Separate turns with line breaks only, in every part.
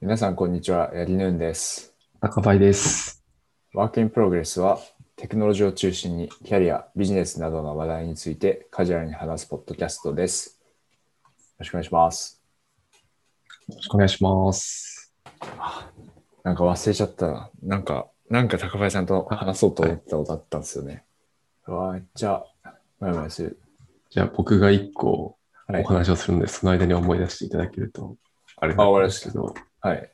皆さん、こんにちは。やりぬんです。
高パイです。
ワークインプログレスは、テクノロジーを中心にキャリア、ビジネスなどの話題についてカジュアルに話すポッドキャストです。よろしくお願いします。
よろしくお願いします。
なんか忘れちゃったな。なんか、なんか高林さんと話そうと思ってたことあったんですよね。うわめっちゃ、もやもやする。
じゃあ僕が一個
は
お
い。
話をするんで、その間に思い出していただけると、あれ
あ
なん
わかり
で
まし
すけど、
はい。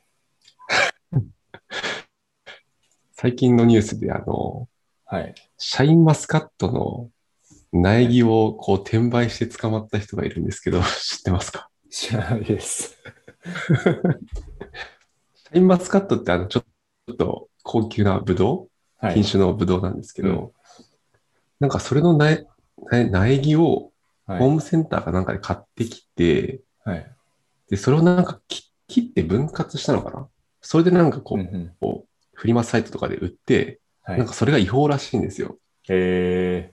最近のニュースであの、
はい。
シャインマスカットの苗木をこう転売して捕まった人がいるんですけど、 知ってますか
知らないです。
シャインマスカットってあのちょちょっと高級なブド
は
ウ
い
品。種のブドウなんですけど、
うん
なんかそれの苗苗苗木を
は
ホー
い。
ムセンターかなんかで買ってきて、
はい。
で、それをなんか切切って分割したのかなそれでなんかこ
う
う、
んうん
フリマサイトとかで売って、
は
ないんか。それが違法らしいんですよ。
え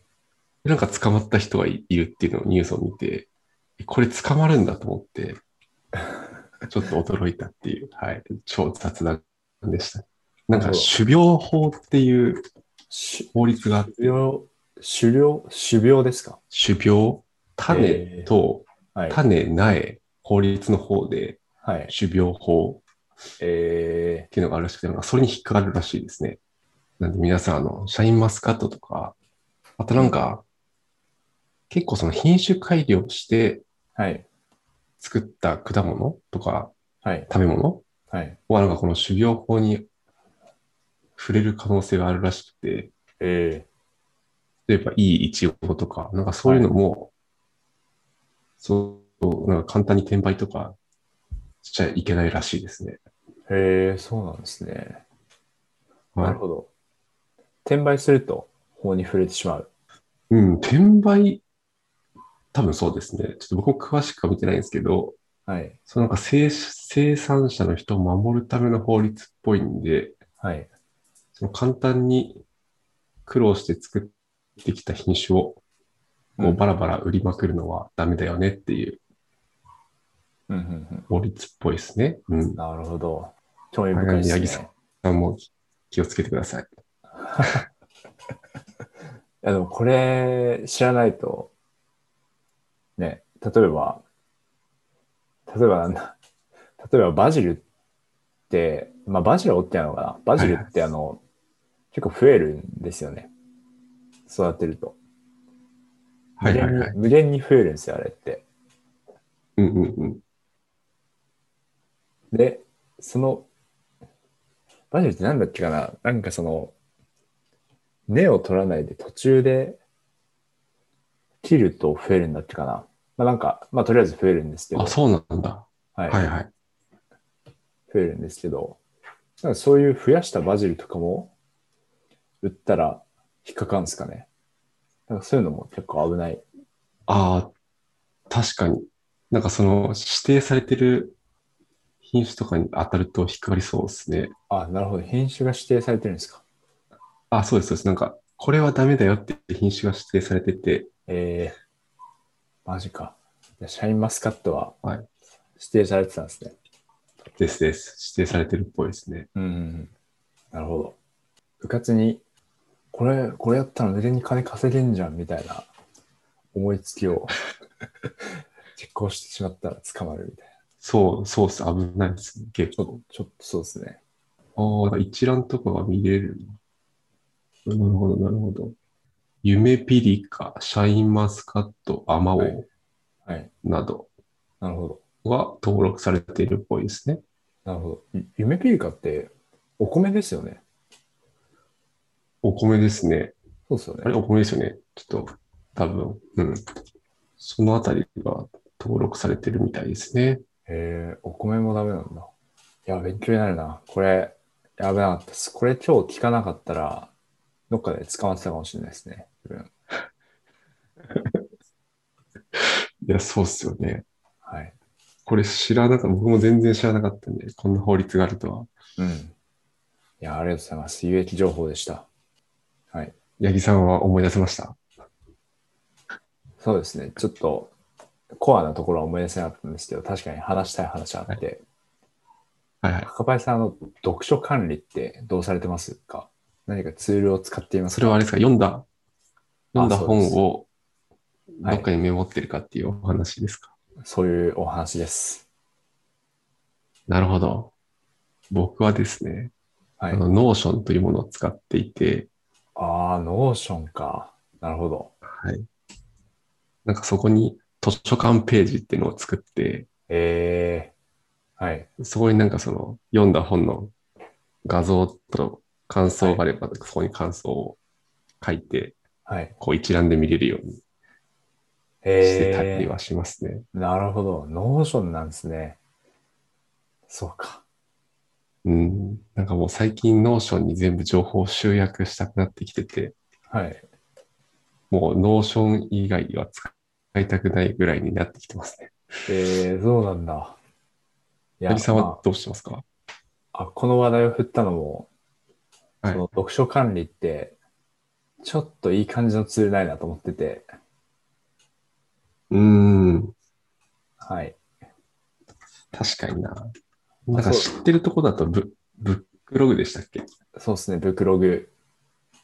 でなんか捕まった人がいいるっていうのをニュースを見て、えこれ捕まるんだと思 って、ちょっと驚いたっていう、はい、超雑談でした。なん
な
か
るほど
種苗法っていう
ー、し
法律があって、
狩猟、狩猟、種苗ですか
種苗、種と
はい。
種苗、法律の方で
はい。
種苗法
えー
っ、ていうのがあるらしくて、なんかそれに引っかかるらしいですね。なんで皆さん、あの、シャインマスカットとか、あとなんか、結構その品種改良して
はい、
作った果物とか
はい、
食べ物
はい。
はなんかこの種苗法に触れる可能性があるらしくて、
え
例えばいいイチゴとか、なんかそういうのも、そう、なんか簡単に転売とかしちゃいけないらしいですね。
ー、えー、そうなんですね。
はい
なるほど。転売すると法に触れてしまう。
うん、転売、多分そうですね。ちょっと僕も詳しくは見てないんですけど、
はい、
そのなんか生生産者の人を守るための法律っぽいんで、
はい、
その簡単に苦労して作ってきた品種をもうバラバラ売りまくるのはダメだよねっていう
うんうん
法律っぽいですね。
う
う
んん。。なるほど。興味深いで
はい八木
す
さん
ね。
あもう気をつけてください。
いやでもこれ知らないと、ね、例えば、例えばなんだ、例えばバジルって、まあバジルは折ってなのかな。バジルってあの、結構増えるんですよね。育てると。
はいはい
無
は
限
い。
に無限に増えるんですよ、あれって。
うんうんうん。
で、その、バジルってなんだっけかななんかその、根を取らないで途中で切ると増えるんだっけかなまあなんか、まあとりあえず増えるんですけど、
あ、そうなんだ。
はい、
はいはい。
増えるんですけど、なんかそういう増やしたバジルとかも売ったら引っかかるんですかねなんかそういうのも結構危ない。
ああ、確かに。なんかその指定されてる品種とかに当たると引っかかりそうですね。
あ、なるほど。品種が指定されてるんですか
あ、そうです、そうです。なんか、これはダメだよって品種が指定されてて、
えー、マジか。いやシャインマスカットは
はい
指定されてたんですね。
ですです。指定されてるっぽいですね。
うんうんうん。なるほど。部活に、これ、これやったら無限に金稼げんじゃんみたいな思いつき を実行してしまったら捕まるみたいな。
そう、そうっす。危ないですね。結
ちょ
構。
ちょっとそうですね。
ああ、なんか一覧とかが見れるな。なるほど、なるほど。夢ピリカ、シャインマスカット、アマオ
はいはい。
など
なるほど。
が登録されているっぽいですね。
なるほど。ゆ夢ピリカってお米ですよね。
お米ですね。
そうですよ
あれ、
ね。
お米ですよね。ちょっと、多分、うん。そのあたりが登録されてるみたいですね。
へえ、お米もダメなんだ。いや、勉強になるな。これ、やべなかったです。これ今日聞かなかったら、どっかで捕まってたかもしれないですね。自分。
いや、そうっすよね。
はい。
これ知らなかった。僕も全然知らなかったんで、こんな法律があるとは。
うん。いや、ありがとうございます。有益情報でした。はい。
八木さんは思い出せました
そうですね。ちょっと、コアなところは思い出せなかったんですけど、確かに話したい話あって、
はいはい。
赤林さんあの読書管理ってどうされてますか何かツールを使っていますか
それはあれですか、読んだ、読んだ
そうです
本を
は
ど
い
っかにメモってるかっていうお話ですか。
そういうお話です。
なるほど。僕はですね、
はい
あ。の、ノーションというものを使っていて、
ああ、ノーションか。なるほど。
はい。なんかそこに図書館ページっていうのを作って、
ええはい。
そこになんかその読んだ本の画像と感想があれば、そこに感想を書いて、
はい。
こう一覧で見れるようにしてたり
え
はしますね。
えなるほど。ノーションなんですね。そうか。
うん。なんかもう最近ノーションに全部情報を集約したくなってきてて、
はい。
もうノーション以外は使いたくないぐらいになってきてますね。
ええそうなんだ。い
八木さん
まあ
はどうしてますか
あ、この話題を振ったのも、
はい
その読書管理って、ちょっといい感じのツールないなと思ってて、
うーん。
はい。
確かにな。なん
あ
か
そ
知ってるとこだとブ、ブックログでしたっけ
そうですね、ブクログ、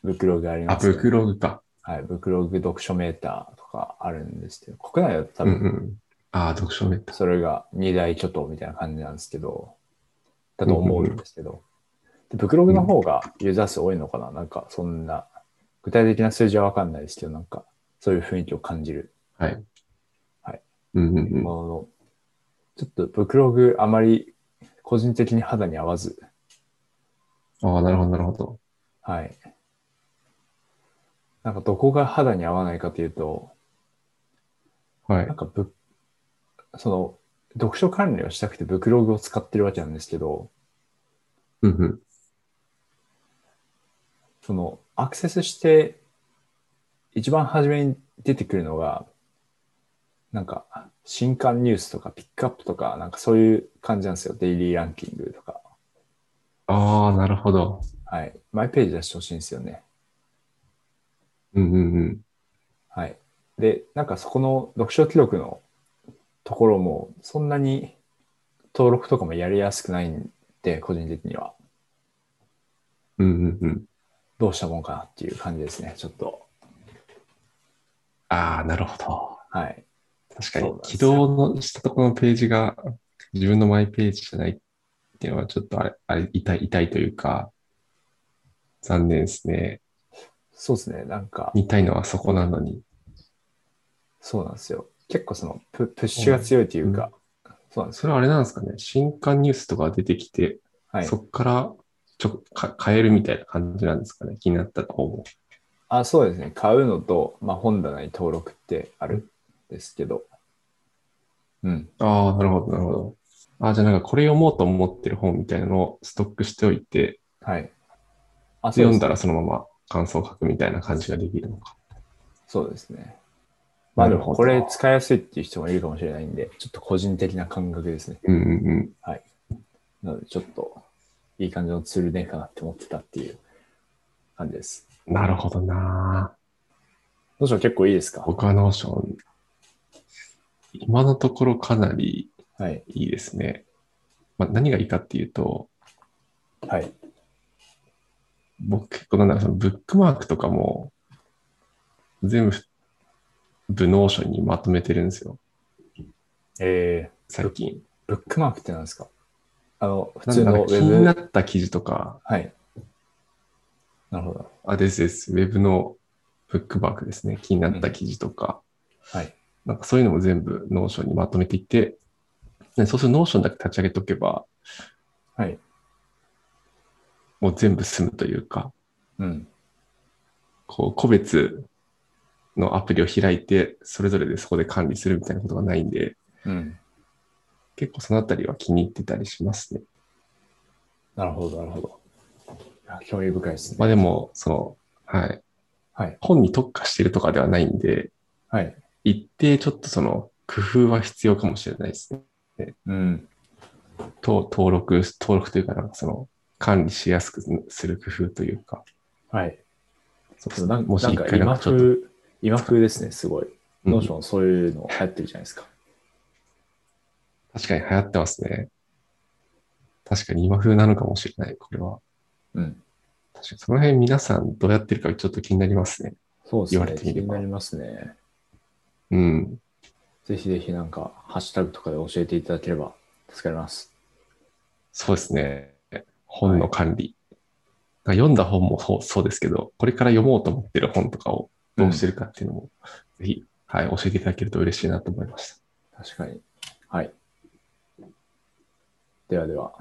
ブクログあり
あ、
ます、
ブ
ね。
ックログか。
はい、ブクログ読書メーターとかあるんですけど、国内だと多
うんう
分
ん。ああ、読書メーター。
それが二大巨頭みたいな感じなんですけど、だと思うんですけど、でブクログの方がユーザー数多いのかななんかそんな、具体的な数字はわかんないですけど、なんかそういう雰囲気を感じる
はい。
はい。
うんうんうん。
ものの、ちょっとブクログあまり個人的に肌に合わず、
ああ、なるほど、なるほど。
はい。なんかどこが肌に合わないかというと、
はい
なん。かぶ、その、読書管理をしたくてブクログを使ってるわけなんですけど、
うんうん。
その、アクセスして、一番初めに出てくるのが、なんか、新刊ニュースとかピックアップとか、なんかそういう感じなんですよ。デイリーランキングとか。
ああ、なるほど。
はい。マイページ出してほしいんですよね。
うんうんうん。
はい。で、なんかそこの読書記録のところも、そんなに登録とかもやりやすくないんで、個人的には。
うんうんうん。
どうしたもんかなっていう感じですね、ちょっと。
ああ、なるほど。
はい。
確
そ
か
う
に
なん、ですよ
起動のしたところのページが自分のマイページじゃないっていうのはちょっとあれ、あれ、痛い、痛いというか、残念ですね。
そうですね、なんか、
見たいのはそこなのに。
そうなんですよ。結構そのプ、プッシュが強いというか、そうなんです
そ
よ。
れはあれなんですかね。新刊ニュースとか出てきて、
はい
そ。こからちょか変えるみたいな感じなんですかね。気になった方も。
あ、そうですね、買うのと、まあ、本棚に登録ってあるんですけど。うん。
ああ、なるほど、なるほど。ああ、じゃあなんかこれ読もうと思ってる本みたいなのをストックしておいて、
はい。あ、そうで
読
す
んだらそのまま感想を書くみたいな感じができるのか。
そうですね。まあで
なる
も
ほど
これ使いやすいっていう人もいるかもしれないんで、ちょっと個人的な感覚ですね。
うんうんうん。
なのでちょっといい感じのツールねえかなって思ってたっていう感じです。
なるほどな
どうしよう結構いいですか
僕はノーション、今のところかなり
はい。
いいですね。まあ、何がいいかっていうと、
はい。
僕結構なんだろう、そのブックマークとかも、全部、部ノーションにまとめてるんですよ、
え
最近。
ー、ブックマークって何ですかあの、普
な
通
んだ
の
ろ
ウ
う気にな
ェブ。
った記事とか、
はい。なるほど。
あ、ですです、ウェブのブックマークですね。気になった記事とか、
はい。
なんかそういうのも全部ノーションにまとめていて、でそうするとノーションだけ立ち上げとけば、
はい。
もう全部済むというか、
うん。
こう、個別のアプリを開いて、それぞれでそこで管理するみたいなことがないんで、
うん。
結構そのあたりは気に入ってたりしますね。
なるほど、なるほど。いや興味深いですね。
まあでも、その、はい。
はい。
本に特化してるとかではないんで、
はい。
一定ちょっとその、工夫は必要かもしれないですね。
うん。
と、登録、登録というか、なんかその、管理しやすくする工夫というか、
はい。
そう
でもなん
もし
なん
一
か
回なん
今
かちょっと、
風、今風ですね、すごい。
うん
ノーション、そういうの流行ってるじゃないですか。
確かに流行ってますね。確かに今風なのかもしれない、これは。
うん。
確かにその辺皆さんどうやってるかちょっと気になりますね。
そうです
言
ね。
われてみれば
気になりますね。
うん。
ぜひぜひなんか、ハッシュタグとかで教えていただければ助かります。
そうですね。本の管理。なんか読んだ本もそうそうですけど、これから読もうと思ってる本とかをどうしてるかっていうのも、ぜひ、はい、教えていただけると嬉しいなと思いました。
確かに。はい。ではでは、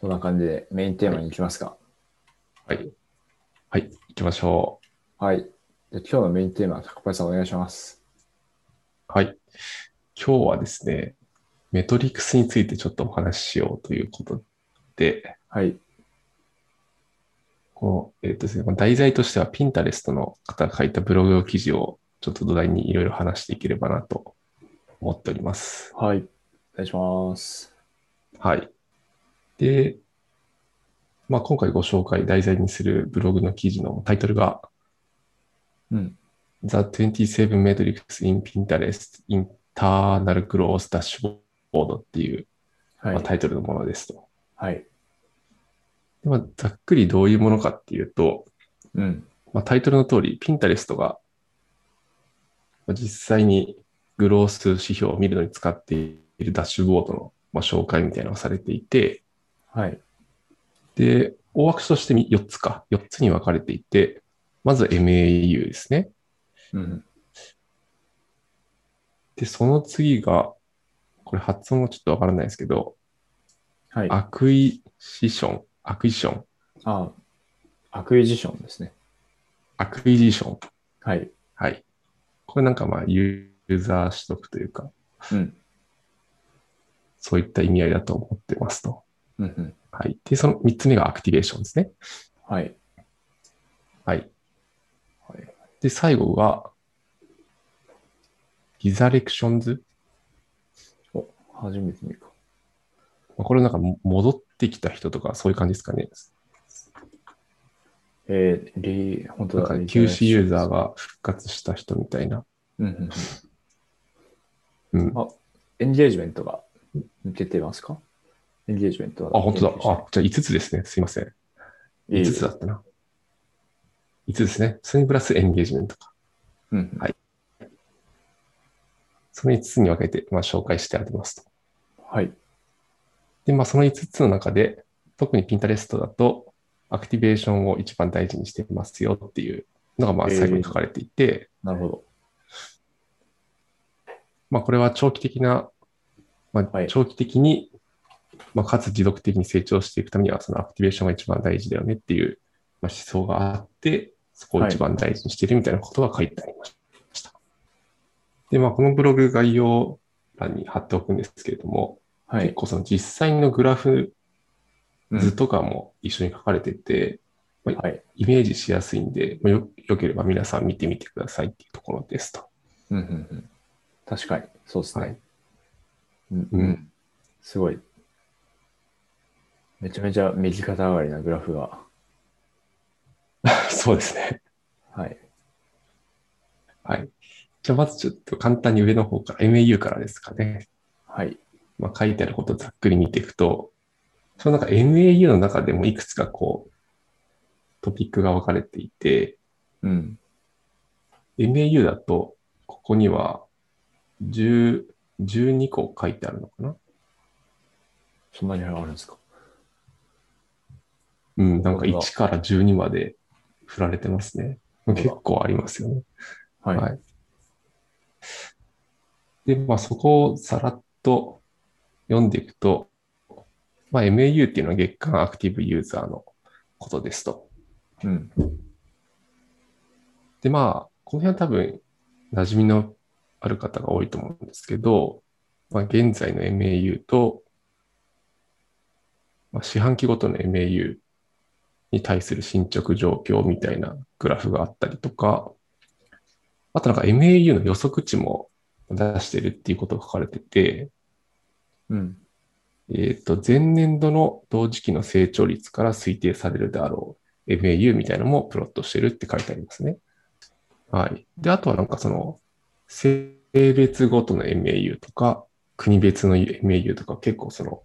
そんな感じでメインテーマに行きますか。
はい。はい、行きましょう。
はい。じゃあ今日のメインテーマ、高橋さんお願いします。
はい。今日はですね、メトリックスについてちょっとお話ししようということで、
はい。
この、えっとですね、題材としては Pinterest の方が書いたブログ記事をちょっと土台にいろいろ話していければなと思っております。
はい。お願いします。
はい。で、まあ、今回ご紹介、題材にするブログの記事のタイトルが
うん。
The 27 Metrics in Pinterest Internal Growth Dashboard っていう、
はい
まあ。タイトルのものですと。
はい。
でまあ、ざっくりどういうものかっていうと、
うん。
まあ、タイトルの通り、Pinterest がまあ実際にグロース指標を見るのに使っているダッシュボードのまあ紹介みたいなのがされていて、
はい。
で、大枠として4つか、4つに分かれていて、まず MAU ですね。
うん。
で、その次が、これ発音がちょっとわからないですけど、
はい。
アクイシション、アクイション、
あ、アクイジションですね。
アクイジション。
はい。
はい。これなんかまあユーザー取得というか、
うん。
そういった意味合いだと思ってますと。
うんうん。
はい。で、その3つ目がアクティベーションですね。
はい。
はい。
はい。
で、最後が、リザレクションズ。
お、初めて見るか。
まあこれなんかも戻ってきた人とか、そういう感じですかね。
えー、リー、本当
なん
だ。
か
リ
休止ユーザ
が。
ーが復活した人みたいな。
うんうんうん。
うん。あ、
あ、エンゲージメントが出てますかエンゲージメントは
本当だ。あ、じゃあ5つですね。すいません。
いい
5つだったな。5つですね。それにプラスエンゲージメントか。
うんうん。
その5つに分けて、まあ、紹介してありますと。
はい。
で、まあ、その5つの中で、特に Pinterest だと、アクティベーションを一番大事にしてますよっていうのが、まあ、
えー
最後に書かれていて、
なるほど。
まあ、これは長期的な、ま
は
あ、
い
長期的に、まあ、かつ持続的に成長していくためには、そのアクティベーションが一番大事だよねっていう、まあ、思想があって、そこを一番大事にしているみたいなことが書いてありました。で、まあ、このブログ概要欄に貼っておくんですけれども、
は
結
い。
構その実際のグラフ
うん
図とかも一緒に書かれてて、まあ
はい。
イメージしやすいんで、まあよよければ皆さん見てみてくださいっていうところですと。
うんうんうん。確かに。そうですね。
はい
うん
うん
うん。すごい。めちゃめちゃ右肩上がりなグラフが。
そうですね。
はい。
はい。じゃあまずちょっと簡単に上の方から、MAU からですかね。
はい。
まあ、書いてあることをざっくり見ていくと、そのなんか MAU の中でもいくつかこう、トピックが分かれていて、
うん。
MAU だと、ここには10 12個書いてあるのかな
そんなに上がるんですか
うん、なんか
なるほど
1から12まで振られてますね。
なるほ
結
ど
構ありますよね。
はい。
はいで、まあそこをさらっと読んでいくと、まあ MAU っていうのは月間アクティブユーザーのことですと。
うん。
で、まあ、この辺は多分馴染みのある方が多いと思うんですけど、まあ現在の MAU と、まあ、四半期ごとの MAU に対する進捗状況みたいなグラフがあったりとか、あとなんか MAU の予測値も出してるっていうことが書かれてて、
うん。
えっ、と、前年度の同時期の成長率から推定されるであろう MAU みたいなのもプロットしてるって書いてありますね。はい。で、あとはなんかその、性別ごとの MAU とか、国別の MAU とか、結構その、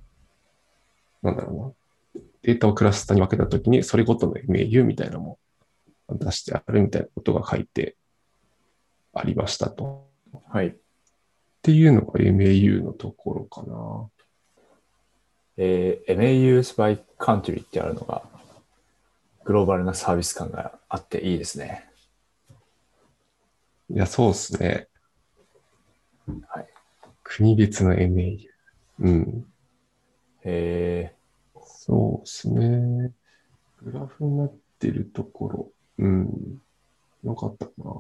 なんだろうな、データをクラスターに分けたときに、それごとの MAU みたいなのも出してあるみたいなことが書いてありましたと。
はい。
っていうのが MAU のところかな。
えー MAU by country ってあるのが、グローバルなサービス感があっていいですね。
いや、そうですね。
はい。
国別の MAU。うん。
え
そうですね。グラフになってるところ。うん。よかったかな。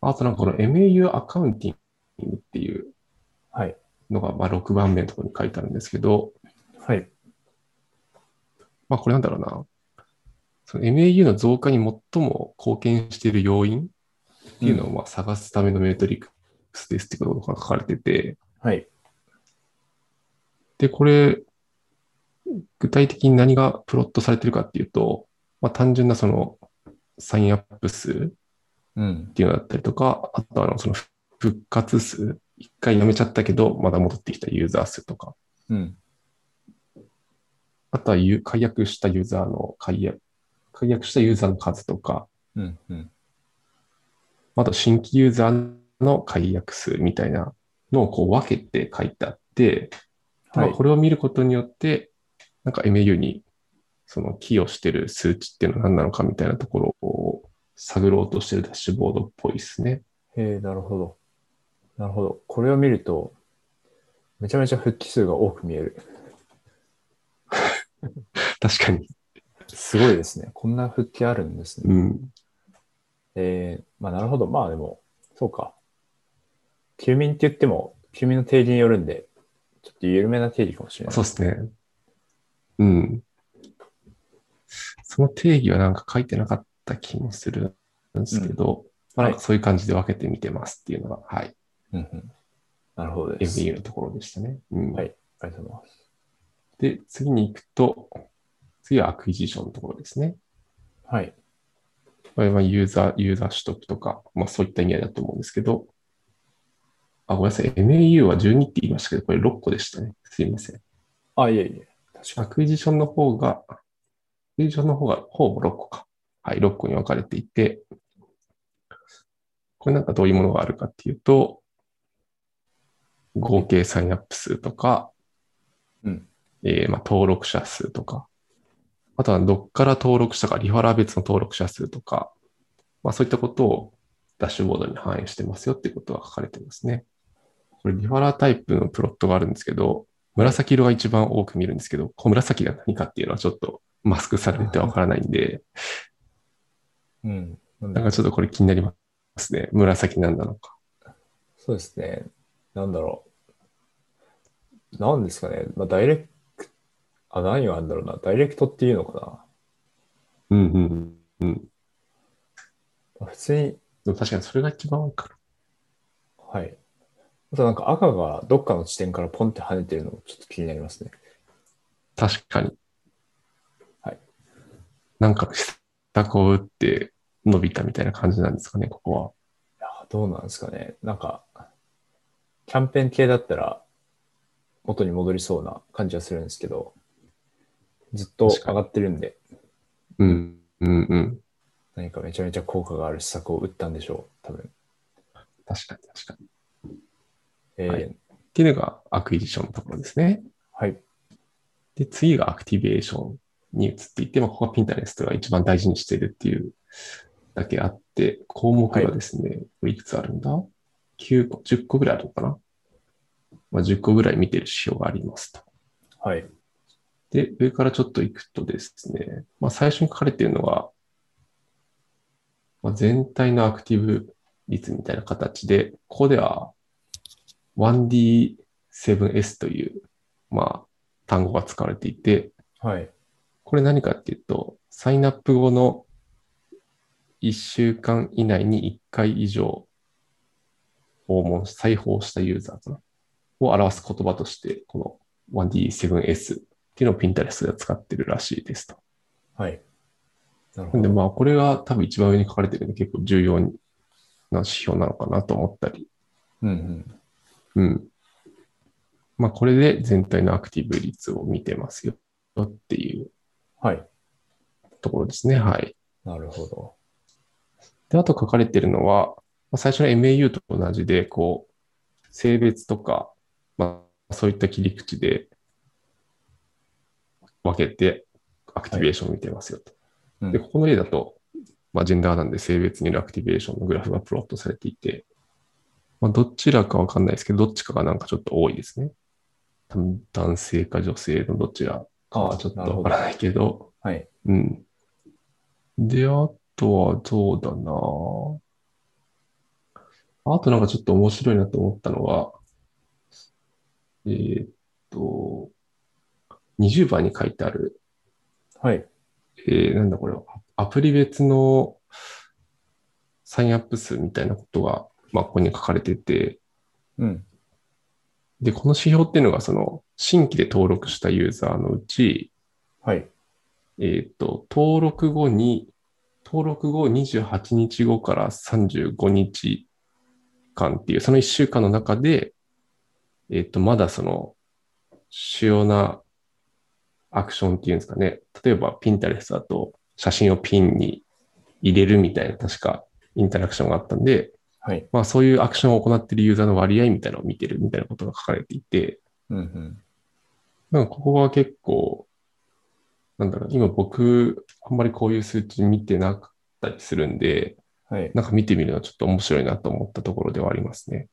あとなんかこの MAU アカウンティングっていう
ーはい。
のがまあ6番目のところに書いてあるんですけど、
はい。
まあこれなんだろうな。その MAU の増加に最も貢献している要因っていうのをまあ探すためのメトリックスですってことが書かれてて、
はい。
で、これ、具体的に何がプロットされてるかっていうと、まあ、単純なそのサインアップ数
うん
っ。ていうのだったりとか、あとはあのその復活数、一回やめちゃったけど、まだ戻ってきたユーザー数とか、
うん。
あとはゆ解約したユーザーの解約、解約したユーザーの数とか、
うん。うん。
あと新規ユーザーの解約数みたいなのをこう分けて書いてあって、
は
まあ
い。
これを見ることによって、なんか MAU にその寄与してる数値っていうのは何なのかみたいなところを探ろうとしてるダッシュボードっぽいですね。
えー、なるほど。なるほど。これを見ると、めちゃめちゃ復帰数が多く見える。
確かに。
すごいですね。こんな復帰あるんですね。
うん。
えー、まあなるほど。まあでも、そうか。休眠って言っても、休眠の定義によるんで、ちょっと緩めな定義かもしれない。
そうですね。うん。その定義はなんか書いてなかった気もするんですけど、まあなんかそういう感じで分けてみてますっていうのが、はい。
うんうん、なるほどです。
MAU のところでしたね。うん。
はいありがとうございます。
で、次に行くと、次はアクイジションのところですね。
はい。
まあ、まあユーザー、ユーザー取得とか、まあそういった意味合いだと思うんですけど、あ、ごめんなさい。MAU は12って言いましたけど、これ6個でしたね。すいません。
あ、いえいえ。確か
ア
に。
クイジションの方が、アクイジションの方が、ほぼ6個か。はい、6個に分かれていて、これなんかどういうものがあるかっていうと、合計サインアップ数とか、
うん
えーまあ登録者数とか、あとはどっから登録したか、リファラー別の登録者数とか、まあそういったことをダッシュボードに反映してますよっていうことが書かれてますね。これリファラータイプのプロットがあるんですけど、紫色が一番多く見るんですけど、この紫が何かっていうのはちょっとマスクされててわからないんで、
うん。なん
なん
だ
かちょっとこれ気になりますね。紫なんなのか。
そうですね。なんだろう。なんですかね。まあ、ダイレクト、あ、何があるんだろうな。ダイレクトっていうのかな。
うんうんうん。で
まあ普通に、
も確かにそれが一番多いか
はい。あとなんか赤がどっかの地点からポンって跳ねてるのもちょっと気になりますね。
ら。確かに。
はい。
なんかの施策を打って伸びたみたいな感じなんですかね、ここは。
いやー、どうなんですかね。なんか、キャンペーン系だったら元に戻りそうな感じはするんですけど、ずっと
確か
上がってるんで、
うん。うんうん。
何かめちゃめちゃ効果がある施策を打ったんでしょう、多分。
確かに確かに。っ
えー
は
はいい、
ていうのがアクイジションのところですね。で、次がアクティベーションに移っていって、まあ、ここはピンタレストが一番大事にしているっていうだけあって、項目がですね、これいくつあるんだ ?9 個、10個ぐらいあるのかな、まあ、?10 個ぐらい見てる指標がありますと。
はい。
で、上からちょっと行くとですね、まあ、最初に書かれているのが、まあ、全体のアクティブ率みたいな形で、ここでは 1D7S という、まあ、単語が使われていて、
はい。
これ何かっていうと、サインアップ後の1週間以内に1回以上訪問し、再訪したユーザーかなを表す言葉として、この 1D7S っていうのを Pinterest で使ってるらしいですと。
はい。なる
な
ほ
んで
ど。
まあ、これが多分一番上に書かれてるんで結構重要な指標なのかなと思ったり、
うんうん。
うん。まあ、これで全体のアクティブ率を見てますよっていう
はい。
ところですね。はい。
なるほど。
で、あと書かれてるのは、まあ最初の MAU と同じで、こう、性別とか、まあ、そういった切り口で分けてアクティベーションを見てますよと。
うん
で、ここの例だと、まあ、ジェンダーなんで性別によるアクティベーションのグラフがプロットされていて、まあ、どちらかわかんないですけど、どっちかがなんかちょっと多いですね。多分男性か女性のどちらかはちょっと
なる
わ
ほ
か
ど
らないけど、
はい。
うん。で、あとはそうだなあとなんかちょっと面白いなと思ったのは、えーっと、20番に書いてある、
はい。
えーなんだこれは、アプリ別のサインアップ数みたいなことが、まあ、ここに書かれてて、
うん。
で、この指標っていうのが、その、新規で登録したユーザーのうち、
はい。
えっと、登録後に、登録後28日後から35日間っていう、その1週間の中で、えっと、まだその、主要なアクションっていうんですかね。例えば、ピンタレスだと、写真をピンに入れるみたいな、確か、インタラクションがあったんで、
はい。
まあ、そういうアクションを行っているユーザーの割合みたいなのを見てるみたいなことが書かれていて、
うんうん。
なんかここは結構、なんだろう、今僕、あんまりこういう数値見てなかったりするんで、
はい。
なんか見てみるのはちょっと面白いなと思ったところではありますね。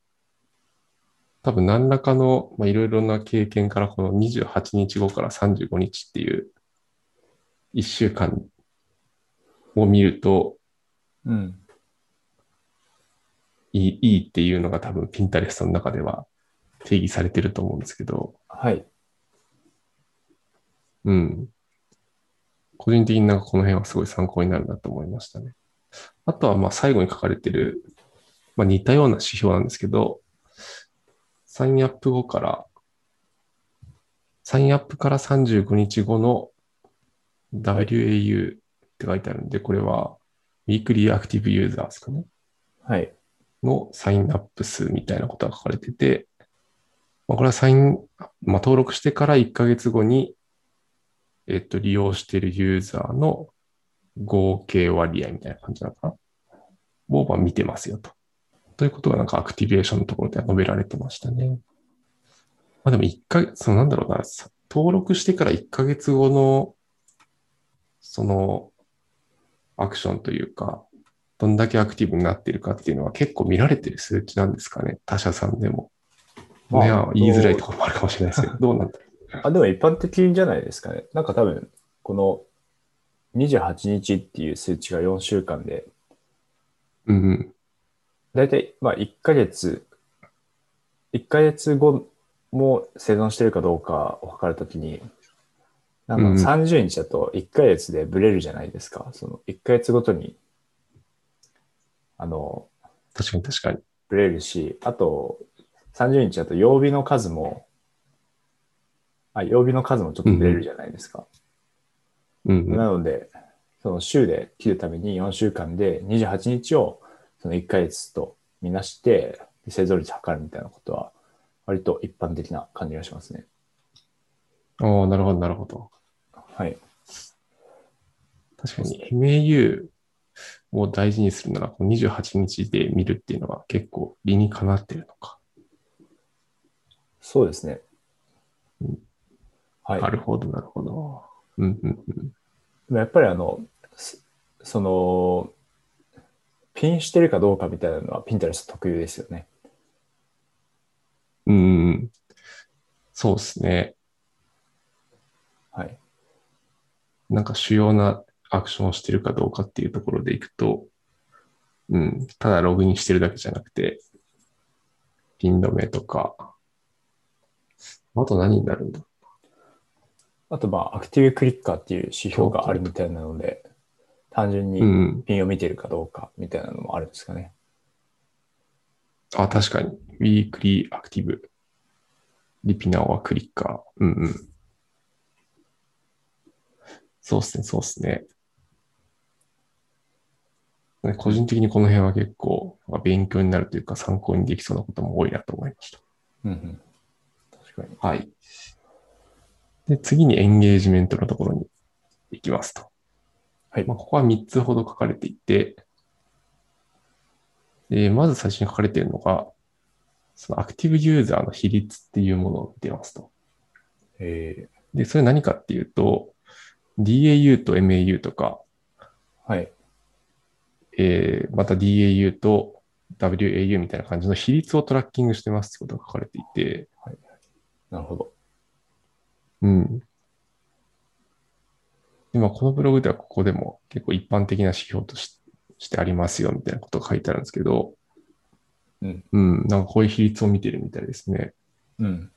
多分何らかの、まあ、いろいろな経験から、この28日後から35日っていう1週間を見ると
うん。
いいいいっていうのが多分ピンタレストの中では定義されてると思うんですけど、
はい。
うん。個人的になんかこの辺はすごい参考になるなと思いましたね。あとはまあ最後に書かれてる、まあ、似たような指標なんですけど、サインアップ後から、サインアップから35日後の WAU って書いてあるんで、これはウィークリーアクティブユーザーですかね。
はい。
のサインアップ数みたいなことが書かれてて、まあ、これはサイン、まあ、登録してから1ヶ月後に、えっと、利用しているユーザーの合計割合みたいな感じなのかなをまあ見てますよと。ということがなんかアクティベーションのところでは述べられてましたね。まあでも一ヶ月、そのなんだろうな、さ登録してから1ヶ月後の、その、アクションというか、どんだけアクティブになってるかっていうのは結構見られてる数値なんですかね、他社さんでも。
まあ
いや、言いづらいところもあるかもしれないですけ ど、どうなんだろ
あ、でも一般的じゃないですかね。なんか多分、この28日っていう数値が4週間で、
う。うんうん。
だいたい、まあ1ヶ月、1ヶ月後も生存してるかどうかを測るときに、なん
うん
か30日だと1ヶ月でブレるじゃないですか。その1ヶ月ごとに、あの、
確かに確かに。
ブレるし、あと、30日だと曜日の数も、あ、曜日の数もちょっとブレるじゃないですか。
うんうん、
なので、その週で切るために4週間で28日をその1ヶ月とみなして、生存率測るみたいなことは、割と一般的な感じがしますね。
ああ、なるほど、なるほど。
はい。
確かに MAU を大事にするなら、この28日で見るっていうのは結構理にかなってるのか。
そうですね
うん。
はい。
なるほど、なるほど。うんうんうん。
でもやっぱりあの、すその、ピンしてるかどうかみたいなのは、ピンタレスト特有ですよね。
うんうんうん。そうですね。
はい。
なんか主要なアクションをしてるかどうかっていうところでいくと、うん、ただログインしてるだけじゃなくて、ピン止めとか、あと何になるんだ
あと、まあ、アクティブクリッカーっていう指標があるみたいなので、単純
うんう
に
ん。
ピンを見てるかどうかみたいなのもあるんですかね。
あ、確かに。ウィークリーアクティブ。リピナーはクリッカー。うんうん。そうっすね、そうっすね。ね個人的にこの辺は結構まあ勉強になるというか参考にできそうなことも多いなと思いました。
うんうん。確かに。確か
はい。で、次にエンゲージメントのところに行きますと。
はい
まあ、ここは3つほど書かれていて、でまず最初に書かれているのが、そのアクティブユーザーの比率っていうものを見ていますと。
に。え
で、それ何かっていうと、DAU と MAU とか、
ー、はい。
えーまた DAU と WAU みたいな感じの比率をトラッキングしてますってことが書かれていて、
なるほど。
うん。今、このブログではここでも結構一般的な指標とししてありますよみたいなことが書いてあるんですけど、
うん。
うん、なんかこういう比率を見てるみたいですね。
うん。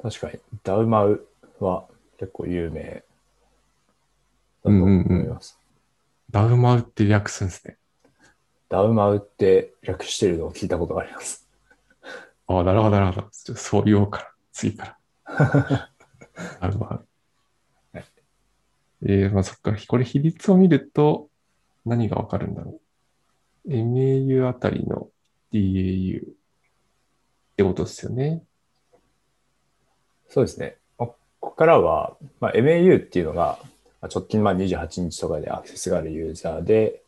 確かに、ダウマウは結構有名だと思います。
ダウマウって略すんですね。
ダウマウって略してるのを聞いたことがあります。
ああ、なるほど、なるほど。ちょっとそう言おうから、次 から。ダウマウ。
はい
えー、まあそっか、これ比率を見ると何がわかるんだろう。MAU あたりの DAU ってことですよね。
そうですね。まあここからは、まあ、MAU っていうのが、まあ直近まあ28日とかでアクセスがあるユーザーで、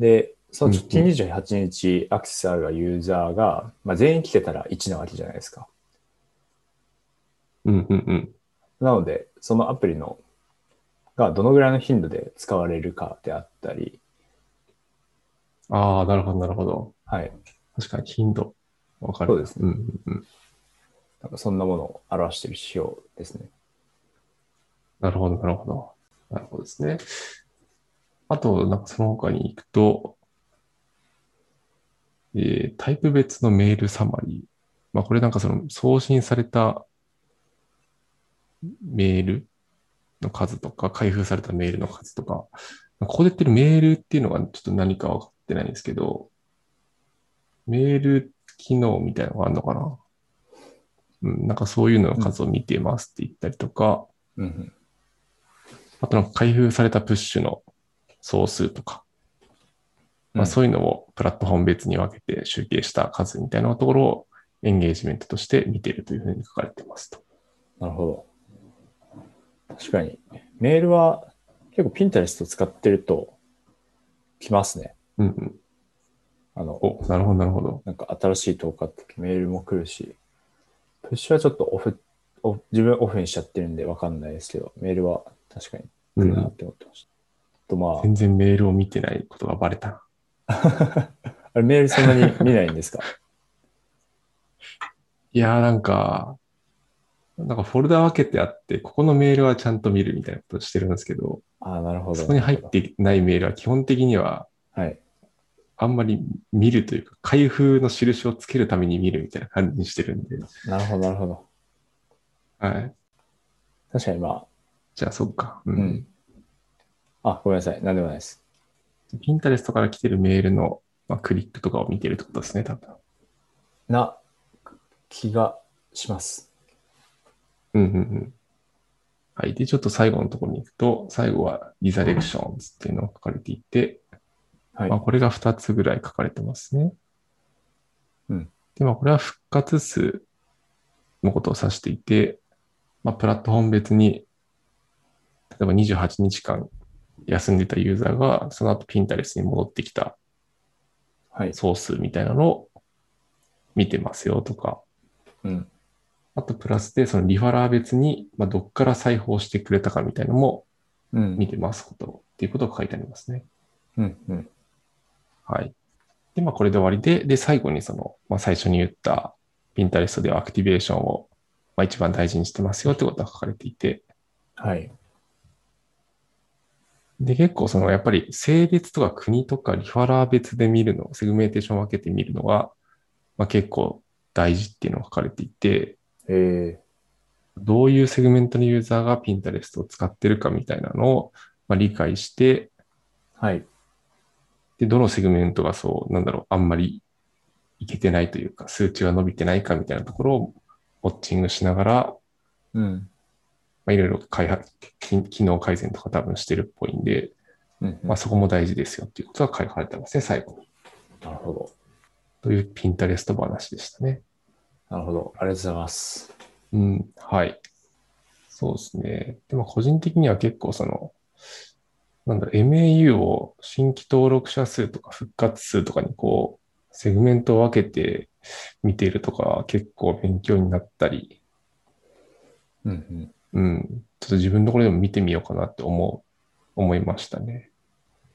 で、その直近
うん
28日アクセスあるユーザーが、まあ、全員来てたら1なわけじゃないですか。
うんうんうん。
なので、そのアプリのがどのぐらいの頻度で使われるかであったり、
ああ、なるほど、なるほど。
はい。
確かに頻度。わかる。
そうです
ね。うんうんうん。
なんかそんなものを表している指標ですね。
なるほど、なるほど。なるほどですね。あと、なんかその他に行くと、えータイプ別のメールサマリー。まあ、これなんかその送信されたメールの数とか、開封されたメールの数とか、ここで言ってるメールっていうのがちょっと何か分かってないんですけど、メール機能みたいなのがあるのかなうん、なんかそういうのの数を見てますって言ったりとか、
うんうん。
あとなんか開封されたプッシュの総数とか、
うん
まあ、そういうのをプラットフォーム別に分けて集計した数みたいなところをエンゲージメントとして見てるというふうに書かれてますと。
なるほど。確かに。メールは結構 Pinterest 使ってると来ますね。
うんうん。
あの、
お、なるほど、なるほど。
なんか新しい投稿あった時メールも来るし、プッシュはちょっとオフ、オフ自分オフにしちゃってるんでわかんないですけど、メールは確かに来るなって思ってました。とま
全然メールを見てないことがバレたな。
あ、あれメールそんなに見ないんですか
いやーなんか、なんかフォルダ分けてあって、ここのメールはちゃんと見るみたいなことしてるんですけど、
ああ、なるほど。
そこに入ってないメールは基本的には
はい。
あんまり見るというか、開封の印をつけるために見るみたいな感じにしてるんで、
なるほど、なるほど。
はい。
確かにまあ、
じゃあ、そっか。う
うん。。あ、ごめんなさい。なんでもないです。
ピンタレストから来てるメールの、まあ、クリックとかを見てるってことですね、多分。
な気がします。
うんうんうん。はい。で、ちょっと最後のところに行くと、最後はリザレクションズっていうのが書かれていて、
はい
まあ、これが2つぐらい書かれてますね。
うん。
で、まあ、これは復活数のことを指していて、まあ、プラットフォーム別に、例えば28日間休んでたユーザーが、その後ピンタレスに戻ってきた
はい。
総数みたいなのを見てますよとか、
うん。
あとプラスでそのリファラー別に、まあ、どっから裁縫してくれたかみたいなのも
うん
見てますこと、っていうことが書いてありますね。
うん。うん。
はい。で、まあこれで終わりで、で、最後にその、まあ最初に言ったピンタレストではアクティベーションを、まあ、一番大事にしてますよってことが書かれていて、
はい。
で、結構そのやっぱり性別とか国とかリファラー別で見るの、セグメンテーションを分けて見るのが、まあ結構大事っていうのが書かれていて、
え
どういうセグメントのユーザーが Pinterest を使ってるかみたいなのを、まあ、理解して、
ー、はい。
で、どのセグメントがそう、なんだろう、あんまりいけてないというか、数値が伸びてないかみたいなところをウォッチングしながら、
うん。
まあ、いろいろ開発、機機能改善とか多分してるっぽいんで、
うん。
まあ、そこも大事ですよっていうことが書かれてますね、最後に。
なるほ
という Pinterest 話でしたね。
なるほど。ありがとうございます。
うん、はい。そうですね。でも個人的には結構その、なんだろう、MAU を新規登録者数とか復活数とかにこう、セグメントを分けて見ているとか結構勉強になったり、
うんうん。
うん、ちょっと自分のところでも見てみようかなって思う、思いましたね。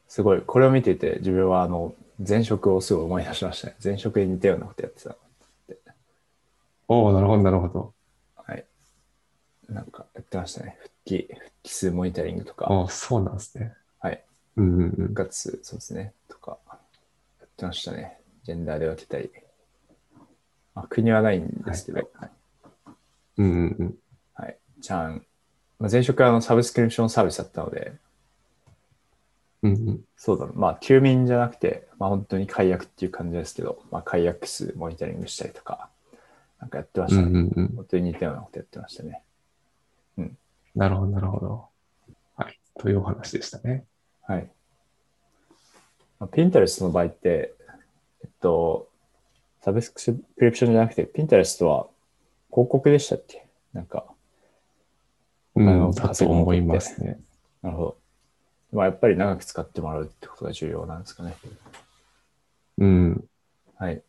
すごい。これを見ていて、自分はあの、前職をすごい思い出しましたね。前職に似たようなことやってた。
おお、なるほど、なるほど。
はい。なんかやってましたね。復帰、復帰数モニタリングとか、
ああ、そうなんですね。
はい。
うんうんうん
復。活数、そうですね。とか、やってましたね。ジェンダーで分けたり。あ、国はないんですけど、はい。
うんうんうん。
はい。ちゃん、まあ、前職はあのサブスクリプションサービスだったので、
うんうん。
そうだな、まあ、休眠じゃなくて、まあ、本当に解約っていう感じですけど、まあ、解約数モニタリングしたりとか、なんかやってました
うん
ね。
うんうん。
本当に似たようなことやってましたね。
なるほど、なるほど。はい。というお話でしたね。
はい。まあ、Pinterest の場合って、えっと、サブスクリプションじゃなくて、Pinterest は広告でしたっけなんか、
う
なるほ
ん、
ど
だと思いますね。
なるほど。まあ、やっぱり長く使ってもらうってことが重要なんですかね。
うん、
はい。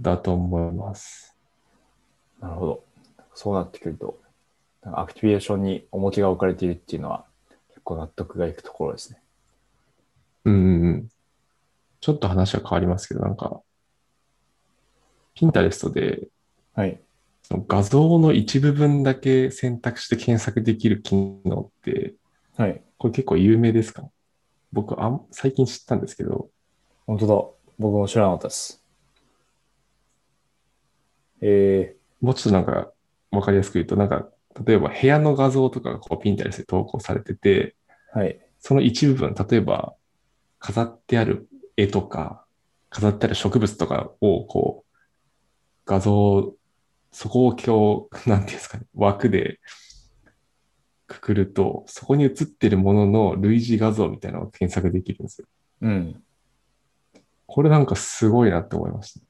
だと思います。
なるほど。そうなってくると、なんかアクティベーションに重きが置かれているっていうのは、結構納得がいくところですね。
うんうんうん。ちょっと話は変わりますけど、なんか、ピンタレストで
はい。
その画像の一部分だけ選択して検索できる機能って、
はい。
これ結構有名ですか僕あん、最近知ったんですけど、
本当だ。僕も知らなかったです。え
もうちょっとなんか、わかりやすく言うと、なんか、例えば部屋の画像とかがこうピンタレストで投稿されてて、
ー、はい。
その一部分、例えば飾ってある絵とか、飾ってある植物とかをこう、画像、そこを今日、なんていうんですかね、枠でくくると、そこに映ってるものの類似画像みたいなのを検索できるんですよ。
うん。
これなんかすごいなって思いまし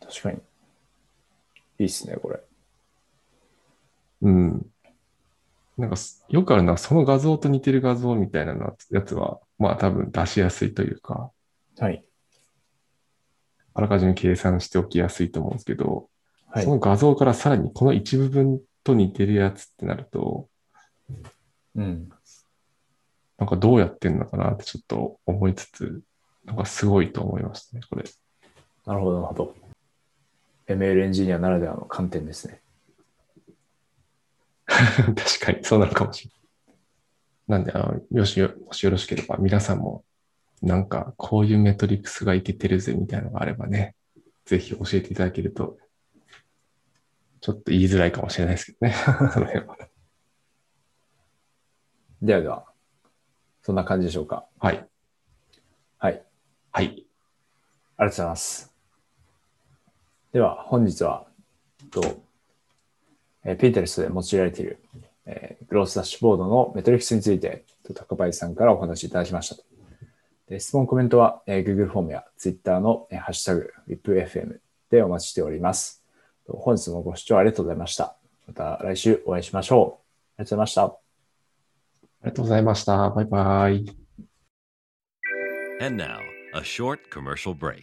た。
確かに。いいっすね、これ。
うん。なんかすよくあるのは、その画像と似てる画像みたいなのやつは、まあ多分出しやすいというか、
はい。
あらかじめ計算しておきやすいと思うんですけど、
はい
そ。の画像からさらにこの一部分と似てるやつってなると、
うん。
なんかどうやってんのかなってちょっと思いつつ、なんかすごいと思いましたね、これ。
なるほど、なるほど。ML エンジニアならではの観点ですね。
確かに、そうなのかもしれない。なんで、あの、よしよ、もしよろしければ、皆さんも、なんか、こういうメトリックスがいけてるぜ、みたいなのがあればね、ぜひ教えていただけると、ちょっと言いづらいかもしれないですけどね、 その辺は。
ではでは、そんな感じでしょうか。
はい。
はい。
はい。
ありがとうございます。では、本日は、えっと、えー、Pinterest で用いられている、えーグロースダッシュボードのメトリックスについて、えっと高林さんからお話しいただきましたと。で質問、コメントは、えー Google フォームや Twitter の、えーハッシュタグ、RIPFM でお待ちしております。と本日もご視聴ありがとうございました。また来週お会いしましょう。ありがとうございました。
ありがとうございました。バイバイ。
And now, a short commercial break.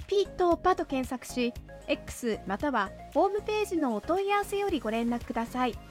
ピーとパと検索し、X またはホームページのお問い合わせよりご連絡ください。